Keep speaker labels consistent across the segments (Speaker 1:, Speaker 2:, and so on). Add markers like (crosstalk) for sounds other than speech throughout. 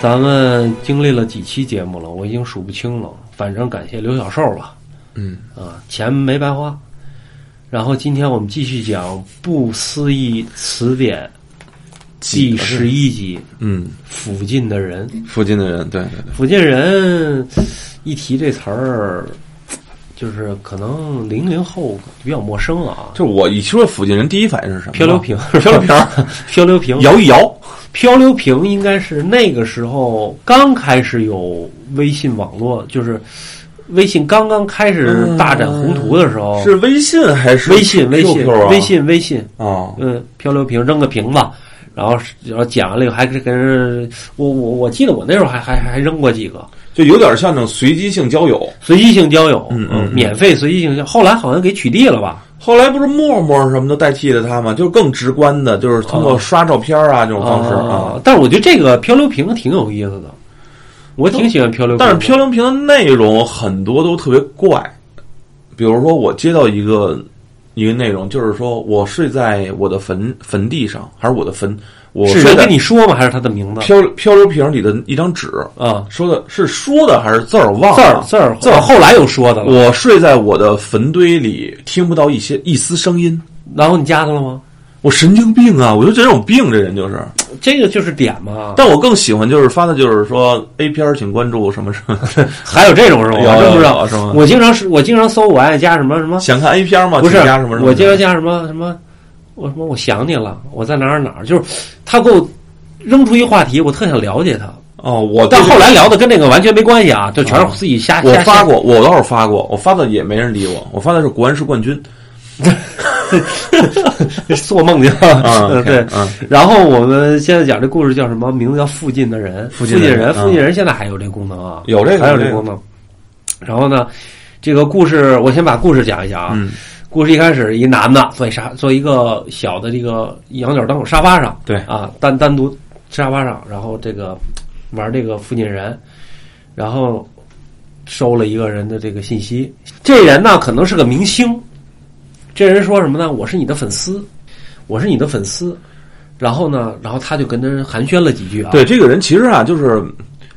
Speaker 1: 咱们经历了几期节目了，我已经数不清了。反正感谢刘小寿吧，
Speaker 2: 嗯
Speaker 1: 啊，钱没白花。然后今天我们继续讲《不思议词典》第十一集
Speaker 2: 嗯，
Speaker 1: 《附近的人》。
Speaker 2: 附近的人，对对对，
Speaker 1: 附近人一提这词儿，就是可能零零后比较陌生啊。
Speaker 2: 就是我一说附近人，第一反应是什么？
Speaker 1: 漂流瓶，
Speaker 2: 漂流瓶，
Speaker 1: 漂流瓶，
Speaker 2: 摇一摇，
Speaker 1: 漂流瓶应该是那个时候刚开始有微信网络，就是微信刚刚开始大展宏图的时候，
Speaker 2: 是微信还是
Speaker 1: 微信微信
Speaker 2: QQ 啊
Speaker 1: 微信微信，
Speaker 2: 啊？
Speaker 1: 嗯，漂流瓶扔个瓶子，然后然后捡完了以后还是跟人，我我我记得我那时候还还还扔过几个
Speaker 2: 就有点像那种随机性交友。
Speaker 1: 随机性交友，
Speaker 2: 嗯嗯嗯
Speaker 1: 免费随机性交，后来好像给取缔了吧？
Speaker 2: 后来不是陌陌什么的代替了它吗？就是更直观的，就是通过刷照片啊这种方式啊。
Speaker 1: 啊，但是我觉得这个漂流瓶挺有意思的，我挺喜欢漂流瓶的，
Speaker 2: 但是漂流瓶的内容很多都特别怪，比如说我接到一个一个内容，就是说我睡在我的坟坟地上，还是我的坟，我
Speaker 1: 是
Speaker 2: 睡
Speaker 1: 人
Speaker 2: 在
Speaker 1: 跟你说吗？还是他的名字？
Speaker 2: 漂漂流瓶里的一张纸，
Speaker 1: 啊，
Speaker 2: 说的是说的还是字儿我忘
Speaker 1: 字儿
Speaker 2: 了
Speaker 1: 字儿
Speaker 2: 字儿。
Speaker 1: 后来又说的了。
Speaker 2: 我睡在我的坟堆里，听不到一些一丝声音。
Speaker 1: 然后你加他了吗？
Speaker 2: 我神经病啊！我就这种病，这人就是。
Speaker 1: 这个就是点嘛。
Speaker 2: 但我更喜欢就是发的就是说 A 片儿请关注什么什
Speaker 1: (laughs)
Speaker 2: 么，
Speaker 1: 还有这种是吗？
Speaker 2: 有
Speaker 1: 我真不知
Speaker 2: 有
Speaker 1: 道
Speaker 2: 有是吗
Speaker 1: 我经常是我经常搜，我爱加什么什么，
Speaker 2: 想看 A 片儿吗？
Speaker 1: 不是
Speaker 2: 请加什么什么？
Speaker 1: 我经常加什么什么，我什么我想你了，我在哪儿哪儿，就是他给我扔出一话题，我特想了解他。
Speaker 2: 哦，我
Speaker 1: 但
Speaker 2: 对这
Speaker 1: 后来聊的跟那个完全没关系啊，就全是自己瞎
Speaker 2: 我
Speaker 1: 瞎
Speaker 2: 发过，我倒是发过，我发的也没人理我，我发的是国安是冠军
Speaker 1: (laughs) 做梦去了。 (laughs)
Speaker 2: 啊，
Speaker 1: 嗯对
Speaker 2: OK，，啊，
Speaker 1: 然后我们现在讲这故事叫什么？名字叫《附近的人》。
Speaker 2: 附
Speaker 1: 附
Speaker 2: 近的人
Speaker 1: 人，
Speaker 2: 嗯
Speaker 1: 附近人现在还有这功能啊？
Speaker 2: 有这
Speaker 1: (laughs)
Speaker 2: 个
Speaker 1: 还有
Speaker 2: 有这
Speaker 1: 这
Speaker 2: 个
Speaker 1: 功能。然后呢，这个故事我先把故事讲一下啊。
Speaker 2: 嗯，
Speaker 1: 故事一开始，一男的坐一沙坐一个小的这个羊角凳沙发上，
Speaker 2: 对
Speaker 1: 啊，单单独沙发上，然后这个玩这个附近人，然后收了一个人的这个信息。这人呢，可能是个明星。这人说什么呢？我是你的粉丝，我是你的粉丝。然后呢，然后他就跟他寒暄了几句啊。
Speaker 2: 对，这个人其实啊，就是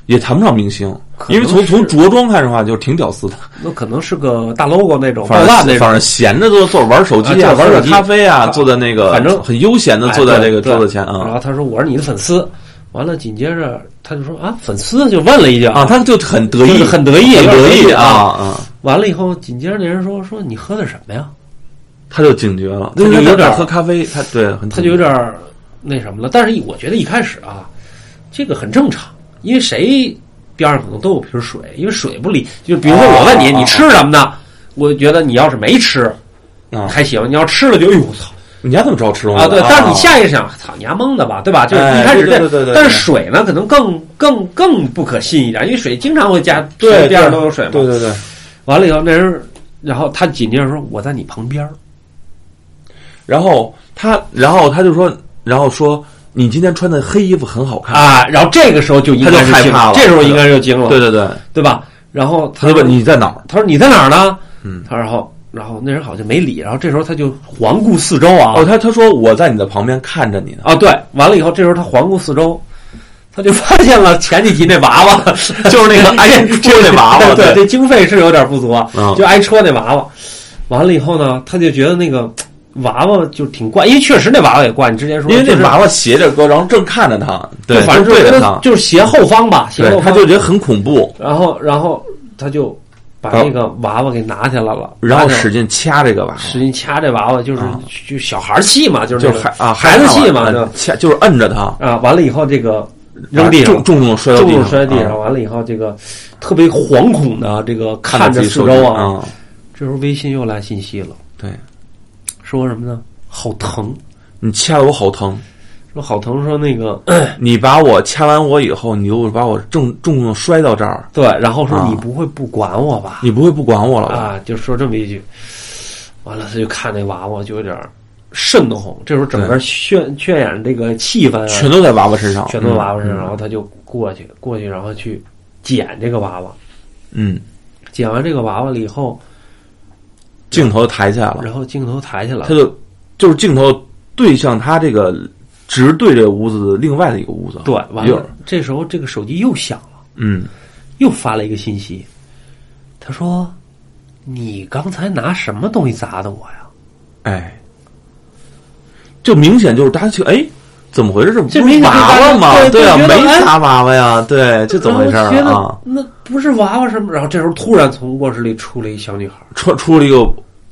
Speaker 2: 也谈不上明星，
Speaker 1: 可能
Speaker 2: 因为从
Speaker 1: 是
Speaker 2: 从着装看的话，就挺屌丝的，
Speaker 1: 那可能是个大 logo 那种，爆
Speaker 2: 反
Speaker 1: 炸
Speaker 2: 正
Speaker 1: 那
Speaker 2: 反
Speaker 1: 种。
Speaker 2: 正闲着坐坐着玩手机
Speaker 1: 啊
Speaker 2: 玩
Speaker 1: 坐着
Speaker 2: 点
Speaker 1: 手机
Speaker 2: 咖啡啊，
Speaker 1: 反
Speaker 2: 坐在那个
Speaker 1: 反正
Speaker 2: 很悠闲的
Speaker 1: 哎
Speaker 2: 坐在这个
Speaker 1: 对
Speaker 2: 桌子前
Speaker 1: 然
Speaker 2: 啊
Speaker 1: 后他说我是你的粉丝，完了紧接着他就说啊粉丝就问了一句
Speaker 2: 啊，，他就很得
Speaker 1: 就
Speaker 2: 意，
Speaker 1: 是很得意
Speaker 2: 很
Speaker 1: 有点
Speaker 2: 得
Speaker 1: 得
Speaker 2: 意
Speaker 1: 意
Speaker 2: 啊
Speaker 1: 啊
Speaker 2: 啊，
Speaker 1: 完了以后紧接着那人说说你喝的什么呀？
Speaker 2: 他就警觉了，
Speaker 1: 他就
Speaker 2: 因为
Speaker 1: 有
Speaker 2: 他
Speaker 1: 点
Speaker 2: 在喝咖啡，他对，很
Speaker 1: 他就有点儿那什么了。但是我觉得一开始啊，这个很正常，因为谁边上可能都有瓶水，因为水不理，就比如说我问你、
Speaker 2: 啊啊啊
Speaker 1: 你吃什么呢？我觉得你要是没吃
Speaker 2: 啊，
Speaker 1: 还行，你要吃了就哎呦我操
Speaker 2: 你家怎么知道吃东西
Speaker 1: 啊！对，但是你
Speaker 2: 下
Speaker 1: 下意识想，操你丫蒙的吧，对吧？就是
Speaker 2: 哦哎
Speaker 1: 一开始这，
Speaker 2: 对对对对对
Speaker 1: 但是水呢，可能更更更不可信一点，因为水经常会加，
Speaker 2: 对
Speaker 1: 边上都有水嘛。
Speaker 2: 对对对，
Speaker 1: 完了以后，那人，然后他紧接着说：“我在你旁边儿。
Speaker 2: 嗯然后他然后他就说，然后说你今天穿的黑衣服很好看，
Speaker 1: 啊！”然后这个时候就应该是
Speaker 2: 他就害
Speaker 1: 惊
Speaker 2: 怕了
Speaker 1: 这时候应该就惊了，
Speaker 2: 对对对，
Speaker 1: 对吧？然后
Speaker 2: 他
Speaker 1: 他
Speaker 2: 就
Speaker 1: 说
Speaker 2: 问你在哪儿，：“
Speaker 1: 他说你在哪儿呢？”
Speaker 2: 嗯，
Speaker 1: 他然后然后那人好像没理，然后这时候他就环顾四周啊
Speaker 2: 哦，他他说我在你的旁边看着你呢，
Speaker 1: 啊！对，完了以后，这时候他环顾四周，他就发现了前几集那娃娃，
Speaker 2: 就是那个挨人戳那娃
Speaker 1: (laughs)
Speaker 2: 娃，
Speaker 1: 对，这经费是有点不足啊
Speaker 2: 嗯，
Speaker 1: 就挨戳那娃娃。完了以后呢，他就觉得那个娃娃就挺怪，因为确实那娃娃也怪。你之前说
Speaker 2: 因为
Speaker 1: 就是
Speaker 2: 那娃娃斜着搁，然后正看着他，对，
Speaker 1: 反正
Speaker 2: 正对
Speaker 1: 就
Speaker 2: 着
Speaker 1: 是
Speaker 2: 他，
Speaker 1: 就是斜后方吧，斜
Speaker 2: 对
Speaker 1: 后，
Speaker 2: 他
Speaker 1: 方。
Speaker 2: 就觉得很恐怖，
Speaker 1: 然后然后他就把
Speaker 2: 啊
Speaker 1: 那个娃娃给拿起来了，
Speaker 2: 然
Speaker 1: 拿
Speaker 2: 后
Speaker 1: 起来
Speaker 2: 使劲掐这个娃娃，
Speaker 1: 使劲掐这娃娃，就是
Speaker 2: 啊
Speaker 1: 就小孩气嘛，就是
Speaker 2: 就
Speaker 1: 那
Speaker 2: 是
Speaker 1: 个
Speaker 2: 孩啊
Speaker 1: 孩
Speaker 2: 子
Speaker 1: 子气嘛，就
Speaker 2: 就掐就是摁着他，啊
Speaker 1: 啊，完了以后这个扔地上
Speaker 2: 重。重重摔到
Speaker 1: 重
Speaker 2: 地上，
Speaker 1: 重摔地
Speaker 2: 啊
Speaker 1: 上，完了以后，这个特别惶恐的这个看
Speaker 2: 看
Speaker 1: 着
Speaker 2: 自己
Speaker 1: 四
Speaker 2: 手
Speaker 1: 周
Speaker 2: 机
Speaker 1: 啊，，这时候微信又来信息了，
Speaker 2: 对
Speaker 1: 说什么呢？好疼，
Speaker 2: 你掐的我好疼，
Speaker 1: 说好疼，说那 (clears throat) 个
Speaker 2: 你把我掐完我以后，你又把我重重重摔到这儿，
Speaker 1: 对，然后说
Speaker 2: 啊
Speaker 1: 你不会不管我吧？
Speaker 2: 你不会不管我了吧？
Speaker 1: 啊，就说这么一句，完了他就看那娃娃就有点儿瘆得慌，这时候整个渲渲染这个气氛啊，
Speaker 2: 全都在娃娃身上，
Speaker 1: 全都娃娃身上，
Speaker 2: 嗯
Speaker 1: 然后他就过去过去，然后去捡这个娃娃，
Speaker 2: 嗯，
Speaker 1: 捡完这个娃娃了以后，
Speaker 2: 镜头抬起来了，
Speaker 1: 然后镜头抬起来
Speaker 2: 他，就就是镜头对向他这个直对这个屋子另外的一个屋子。
Speaker 1: 对，完
Speaker 2: 有
Speaker 1: 了，这时候这个手机又响了，
Speaker 2: 嗯，
Speaker 1: 又发了一个信息，他说：“你刚才拿什么东西砸的我呀
Speaker 2: 哎，就明显就是大家去哎。怎么回事？
Speaker 1: 这
Speaker 2: 不是
Speaker 1: 明显就
Speaker 2: 娃
Speaker 1: 大
Speaker 2: 娃
Speaker 1: 家
Speaker 2: 嘛，
Speaker 1: 对
Speaker 2: 对啊，
Speaker 1: 就觉得
Speaker 2: 没
Speaker 1: 哎
Speaker 2: 砸娃娃呀，对，？”这怎么回事
Speaker 1: 然后我觉
Speaker 2: 儿
Speaker 1: 得
Speaker 2: 啊？
Speaker 1: 那不是娃娃什么？然后这时候突然从卧室里出来一小女孩，
Speaker 2: 出出了一个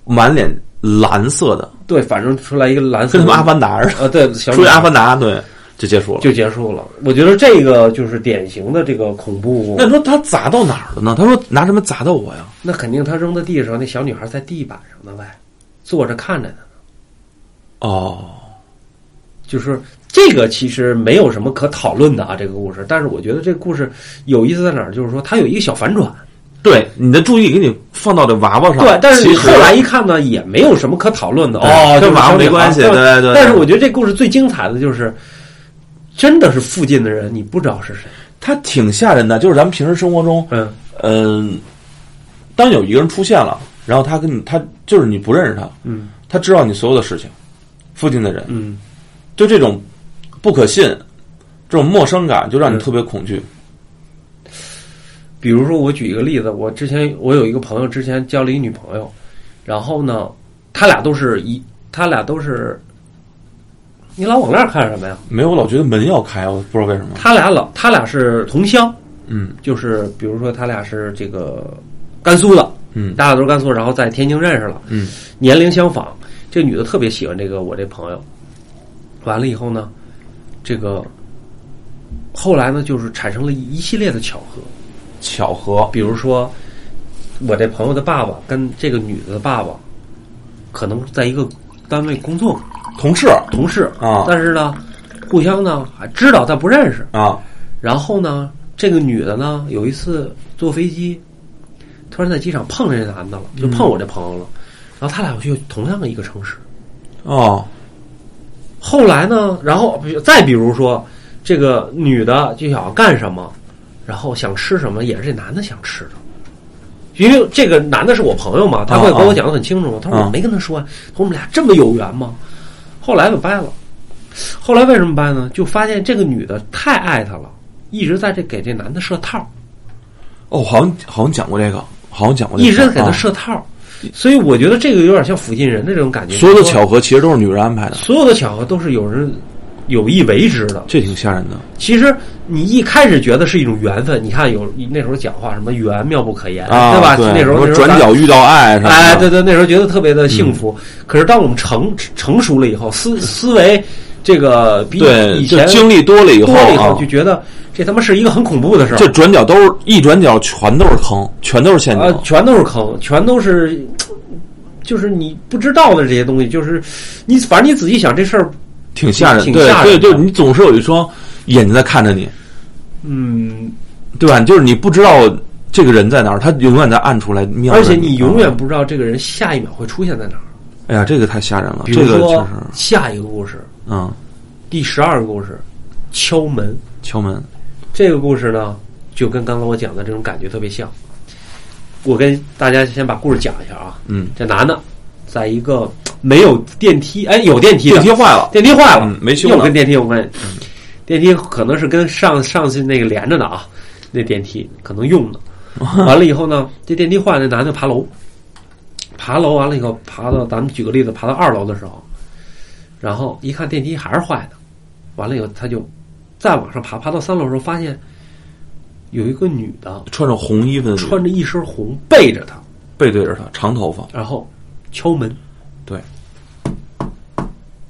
Speaker 2: 满脸蓝色的，
Speaker 1: 对，反正出来一个蓝色
Speaker 2: 跟
Speaker 1: 的
Speaker 2: 他妈阿凡达似的，
Speaker 1: 啊，对，小
Speaker 2: 出
Speaker 1: 女
Speaker 2: 于阿
Speaker 1: 孩
Speaker 2: 凡达，对，就结束了。
Speaker 1: 就结束了。我觉得这个就是典型的这个恐怖。
Speaker 2: 那你说他砸到哪儿了呢？他说拿什么砸到我呀？
Speaker 1: 那肯定他扔在地上，那小女孩在地板上呢呗，坐着看着呢。
Speaker 2: 哦，
Speaker 1: 就是这个其实没有什么可讨论的啊，这个故事。但是我觉得这个故事有意思在哪儿，就是说它有一个小反转。
Speaker 2: 啊对，你的注意力给你放到这娃娃上。
Speaker 1: 对，但是
Speaker 2: 其
Speaker 1: 你
Speaker 2: 实
Speaker 1: 后来一看呢，也没有什么可讨论的。
Speaker 2: 对
Speaker 1: 哦，就
Speaker 2: 跟
Speaker 1: 是
Speaker 2: 娃娃
Speaker 1: 小女
Speaker 2: 没
Speaker 1: 孩
Speaker 2: 关系
Speaker 1: 但
Speaker 2: 对对
Speaker 1: 但是
Speaker 2: 对
Speaker 1: 我觉得这故事最精彩的就是，真的是附近的人，你不知道是谁。
Speaker 2: 他挺吓人的，就是咱们平时生活中，
Speaker 1: 嗯
Speaker 2: 嗯、当有一个人出现了，然后他跟你，他就是你不认识他，
Speaker 1: 嗯
Speaker 2: 他知道你所有的事情，附近的人，
Speaker 1: 嗯，
Speaker 2: 就这种不可信，这种陌生感就让你
Speaker 1: 嗯
Speaker 2: 特别恐惧。
Speaker 1: 比如说我举一个例子，我之前我有一个朋友之前交了一女朋友，然后呢，他俩都是一，他俩都是，你老往那儿看什么呀？
Speaker 2: 没有，我老觉得门要开，我不知道为什么。
Speaker 1: 他俩老，他俩是同乡，
Speaker 2: 嗯
Speaker 1: 就是比如说他俩是这个甘肃的，
Speaker 2: 嗯
Speaker 1: 大家都是甘肃，然后在天津认识了，
Speaker 2: 嗯
Speaker 1: 年龄相仿。这女的特别喜欢这个我这朋友，完了以后呢，这个后来呢就是产生了一一系列的巧合，
Speaker 2: 巧合，
Speaker 1: 比如说我这朋友的爸爸跟这个女的的爸爸可能在一个单位工作
Speaker 2: 同事
Speaker 1: 同事
Speaker 2: 啊
Speaker 1: 但是呢互相呢还知道但不认识，
Speaker 2: 啊，
Speaker 1: 然后呢，这个女的呢，有一次坐飞机，突然在机场碰上这男的了，
Speaker 2: 嗯
Speaker 1: 就碰我这朋友了。然后他俩去同样的一个城市。
Speaker 2: 哦，
Speaker 1: 后来呢，然后比再比如说，这个女的就想要干什么，然后想吃什么，也是这男的想吃的。因为这个男的是我朋友嘛，他会
Speaker 2: 啊
Speaker 1: 跟我讲的很清楚嘛。他说
Speaker 2: 啊
Speaker 1: 我没跟他说，他说我们俩这么有缘吗？后来就掰了。后来为什么掰呢？就发现这个女的太爱他了，一直在这给这男的设套。
Speaker 2: 哦，好像好像讲过这个，好像讲过这个，
Speaker 1: 一直在给他
Speaker 2: 啊
Speaker 1: 设套儿，所以我觉得这个有点像附近人的这种感觉。
Speaker 2: 所有的
Speaker 1: 就是说，
Speaker 2: 巧合其实都是女人安排的，
Speaker 1: 所有的巧合都是有人有意为之的。
Speaker 2: 这挺吓人的。
Speaker 1: 其实你一开始觉得是一种缘分，你看有那时候讲话什么缘妙不可言，
Speaker 2: 啊，
Speaker 1: 对吧？
Speaker 2: 对
Speaker 1: 那时候
Speaker 2: 说
Speaker 1: 那时候
Speaker 2: 转
Speaker 1: 咱
Speaker 2: 角遇啊嗯到爱什么的，
Speaker 1: 哎，对对，那时候觉得特别的幸福。可是当我们成成熟了以后，思思维这个比
Speaker 2: 对，
Speaker 1: 以
Speaker 2: 就
Speaker 1: 前
Speaker 2: 经历多了以后
Speaker 1: 多了以
Speaker 2: 啊
Speaker 1: 后，就，觉得这他妈是一个很恐怖的事儿。
Speaker 2: 这转角都是一转角全都是坑，全都是陷
Speaker 1: 啊，
Speaker 2: 阱。
Speaker 1: 全都是坑，全都是，就是你不知道的这些东西，就是你反正你仔细想这事儿，
Speaker 2: 挺吓人，
Speaker 1: 挺
Speaker 2: 对
Speaker 1: 吓人
Speaker 2: 对
Speaker 1: 的
Speaker 2: 对，你总是有一双眼睛在看着你，
Speaker 1: 嗯，
Speaker 2: 对吧？就是你不知道这个人在哪儿，他永远在暗处来瞄着
Speaker 1: 而
Speaker 2: 你。
Speaker 1: 且你永
Speaker 2: 啊
Speaker 1: 远不知道这个人下一秒会出现在哪儿。
Speaker 2: 哎呀，这个太吓人了，
Speaker 1: 比
Speaker 2: 这
Speaker 1: 如
Speaker 2: 个确
Speaker 1: 说
Speaker 2: 实，
Speaker 1: 下一个故事，
Speaker 2: 嗯，
Speaker 1: 第十二个故事，敲门。
Speaker 2: 敲门，
Speaker 1: 这个故事呢，就跟刚才我讲的这种感觉特别像。我跟大家先把故事讲一下啊。
Speaker 2: 嗯，
Speaker 1: 这男的，在一个没有电梯，哎，有电梯的
Speaker 2: 电梯坏了，
Speaker 1: 电梯坏了，
Speaker 2: 嗯没修呢嗯
Speaker 1: 又跟电梯有关系。电梯可能是跟上上次那个连着的啊，那电梯可能用
Speaker 2: (laughs)
Speaker 1: 的。完了以后呢，这电梯坏了，那男的爬楼，爬楼完了以后，爬到咱们举个例子，爬到二楼的时候，然后一看电梯还是坏的，完了以后他就再往上爬，爬到三楼的时候发现有一个女的
Speaker 2: 穿着红衣服的女人
Speaker 1: 穿着一身红背着他，
Speaker 2: 背对着他，长头发，
Speaker 1: 然后敲门，
Speaker 2: 对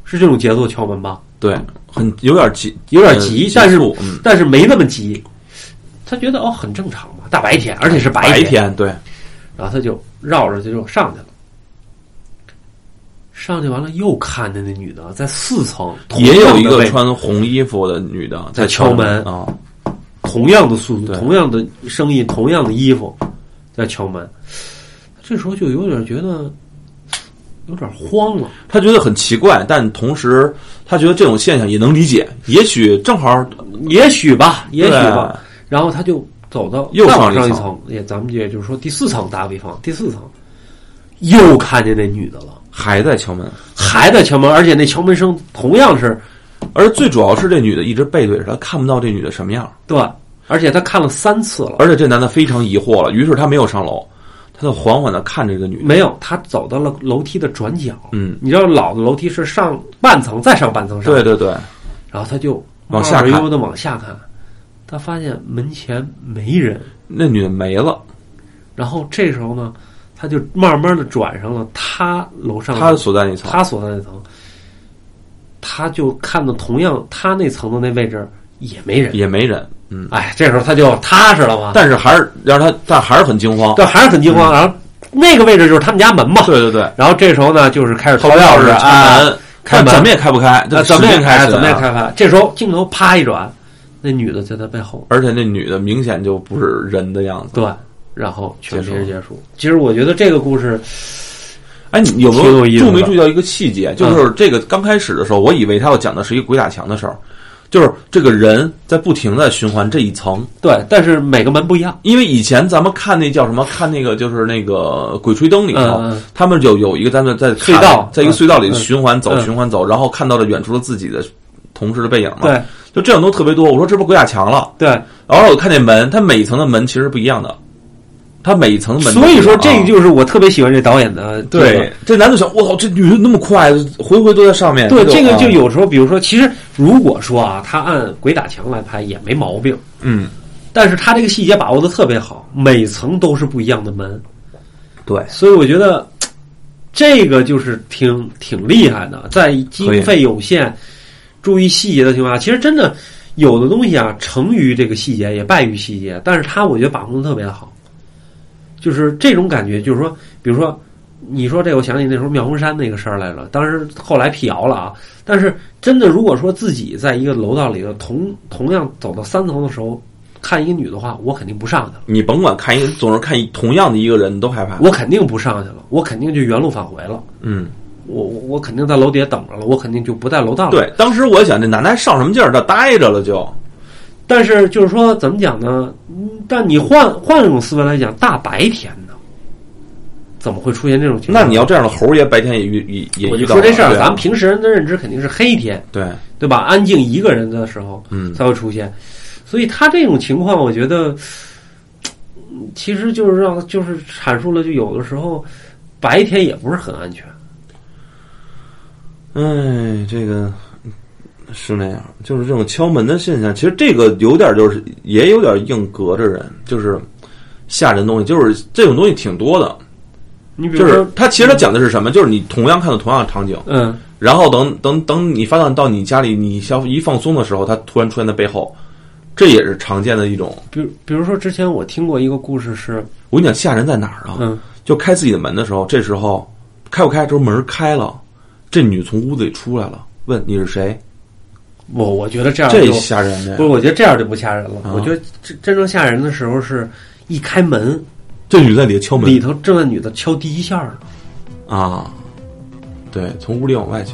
Speaker 1: 是这种节奏敲门吧？
Speaker 2: 对，很有点急，
Speaker 1: 嗯有点
Speaker 2: 呃
Speaker 1: 急
Speaker 2: 急，
Speaker 1: 但是
Speaker 2: 促嗯
Speaker 1: 但是没那么急。他觉得哦很正常嘛，大白天，而且是白
Speaker 2: 白
Speaker 1: 天，
Speaker 2: 天对，
Speaker 1: 然后他就绕着他就上去了。上去完了，又看见那女的在四层，
Speaker 2: 也
Speaker 1: 同样
Speaker 2: 有
Speaker 1: 的
Speaker 2: 一个
Speaker 1: 位
Speaker 2: 穿红衣服的女的
Speaker 1: 在
Speaker 2: 敲
Speaker 1: 敲门
Speaker 2: 啊，
Speaker 1: 同样的速度、
Speaker 2: 对
Speaker 1: 同样的生意、同样的衣服在敲门。这时候就有点觉得有点慌了，
Speaker 2: 他觉得很奇怪，但同时他觉得这种现象也能理解，也许正好
Speaker 1: 也许吧，也许吧，
Speaker 2: 对
Speaker 1: 然后他就走到
Speaker 2: 又
Speaker 1: 再
Speaker 2: 上
Speaker 1: 往
Speaker 2: 了一
Speaker 1: 上一
Speaker 2: 层
Speaker 1: 层，也咱们也就是说第四层，打个比方，第四层又看见那女的了，
Speaker 2: 还在敲门，
Speaker 1: 还在敲门，而且那敲门声同样是
Speaker 2: 而最主要是这女的一直背对着他，看不到这女的什么样。
Speaker 1: 对，而且他看了三次了，
Speaker 2: 而且这男的非常疑惑了，于是他没有上楼，他就缓缓的看着这个女的。
Speaker 1: 没有，他走到了楼梯的转角。
Speaker 2: 嗯，
Speaker 1: 你知道老的楼梯是上半层再上半层上，
Speaker 2: 对对对，
Speaker 1: 然后他就
Speaker 2: 往下看
Speaker 1: 慢悠的往下看，他发现门前没人，
Speaker 2: 那女的没了，
Speaker 1: 然后这时候呢，他就慢慢的转上了他楼上的
Speaker 2: 她所在那层。
Speaker 1: 他所在那层，他就看到同样他那层的那位置也没人，
Speaker 2: 也没人，嗯，
Speaker 1: 哎，这时候他就踏实了嘛，
Speaker 2: 但是还是让他，但还是很惊慌。
Speaker 1: 对，还是很惊慌。然后那个位置就是他们家门嘛，
Speaker 2: 嗯对对对，
Speaker 1: 然后这时候呢，就是开始
Speaker 2: 掏
Speaker 1: 掏钥匙
Speaker 2: 敲
Speaker 1: 啊，
Speaker 2: 门，
Speaker 1: 开门
Speaker 2: 但怎么也开不开，
Speaker 1: 啊
Speaker 2: 就
Speaker 1: 怎么
Speaker 2: 使
Speaker 1: 也
Speaker 2: 劲
Speaker 1: 开，
Speaker 2: 开始啊
Speaker 1: 怎么也开不开。这时候镜头啪一转，那女的在他背后，
Speaker 2: 而且那女的明显就不是人的样子。
Speaker 1: 对，然后全
Speaker 2: 结束
Speaker 1: 片结束。其实我觉得这个故事，
Speaker 2: 哎，你有没
Speaker 1: 挺有意思的嗯
Speaker 2: 注没注意到一个细节？就是这个刚开始的时候，我以为他要讲的是一个鬼打墙的事儿，就是这个人在不停的循环这一层。
Speaker 1: 对，但是每个门不一样，
Speaker 2: 因为以前咱们看那叫什么，看那个就是那个《鬼吹灯》里头，
Speaker 1: 嗯嗯
Speaker 2: 他们有有一个咱们在看
Speaker 1: 隧道
Speaker 2: 在一个隧道里
Speaker 1: 嗯
Speaker 2: 循环走、
Speaker 1: 嗯
Speaker 2: 循环走，然后看到了远处的自己的同事的背影嘛。
Speaker 1: 对，
Speaker 2: 就这种都特别多。我说这不是鬼打墙了，
Speaker 1: 对。
Speaker 2: 然后我看那门，它每一层的门其实不一样的，它每一层的门都不
Speaker 1: 所
Speaker 2: 一
Speaker 1: 以
Speaker 2: 样。
Speaker 1: 说，这
Speaker 2: 啊
Speaker 1: 就是我特别喜欢这导演的地方
Speaker 2: 对这男的想，我操，这女的那么快，回回都在上面。
Speaker 1: 对，
Speaker 2: 就
Speaker 1: 这个就
Speaker 2: 啊
Speaker 1: 有时候，比如说，其实如果说啊，他按鬼打墙来拍也没毛病，
Speaker 2: 嗯，
Speaker 1: 但是他这个细节把握的特别好，每层都是不一样的门，
Speaker 2: 对，
Speaker 1: 所以我觉得嘖这个就是挺挺厉害的，在经费有限、注意细节的情况下，其实真的有的东西啊，成于这个细节，也败于细节，但是他我觉得把控的特别好，就是这种感觉，就是说，比如说。你说这，我想起那时候妙峰山那个事儿来了。当时后来辟谣了啊，但是真的，如果说自己在一个楼道里头同同样走到三层的时候，看一个女的话，我肯定不上去了。
Speaker 2: 你甭管看一，总是看一同样的一个人，你都害怕。
Speaker 1: 我肯定不上去了，我肯定就原路返回了，
Speaker 2: 嗯，
Speaker 1: 我我我肯定在楼底下等着了，我肯定就不在楼道了。，
Speaker 2: 对，当时我想，这男的还上什么劲儿？这待着了就。
Speaker 1: 但是就是说怎么讲呢？嗯但你换换一种思维来讲，大白天的怎么会出现这种情况？
Speaker 2: 那你要这样的猴儿爷白天也遇也也
Speaker 1: 我
Speaker 2: 遇
Speaker 1: 就
Speaker 2: 到
Speaker 1: 说
Speaker 2: 了
Speaker 1: 这事儿，
Speaker 2: 对啊
Speaker 1: 咱们平时人的认知肯定是黑天，
Speaker 2: 对，
Speaker 1: 对吧？安静一个人的时候
Speaker 2: 嗯，
Speaker 1: 才会出现，所以他这种情况，我觉得嗯其实就是让就是阐述了，就有的时候白天也不是很安全。
Speaker 2: 哎，这个是那样，就是这种敲门的现象。其实这个有点就是也有点硬隔着人，就是吓人东西，就是这种东西挺多的。
Speaker 1: 你比
Speaker 2: 就
Speaker 1: 如
Speaker 2: 是
Speaker 1: 说，
Speaker 2: 它其实它讲的是什么？就是你同样看到同样的场景，
Speaker 1: 嗯。
Speaker 2: 然后等等等你发展到你家里，你消一放松的时候，它突然出现在背后，这也是常见的一种。
Speaker 1: 比如，比如说之前我听过一个故事是，
Speaker 2: 我跟你讲，吓人在哪儿啊？
Speaker 1: 嗯，
Speaker 2: 就开自己的门的时候，这时候开不开？这时候门开了，这女从屋子里出来了，问你是谁？
Speaker 1: 我我觉得这样就
Speaker 2: 这吓人
Speaker 1: 不是，
Speaker 2: 的，
Speaker 1: 我觉得这样就不吓人了。
Speaker 2: 哎啊
Speaker 1: 我觉得真真正吓人的时候是一开门，
Speaker 2: 这女在里敲门
Speaker 1: 里头正在女的敲第一下呢。
Speaker 2: 啊，对，从屋里往外敲。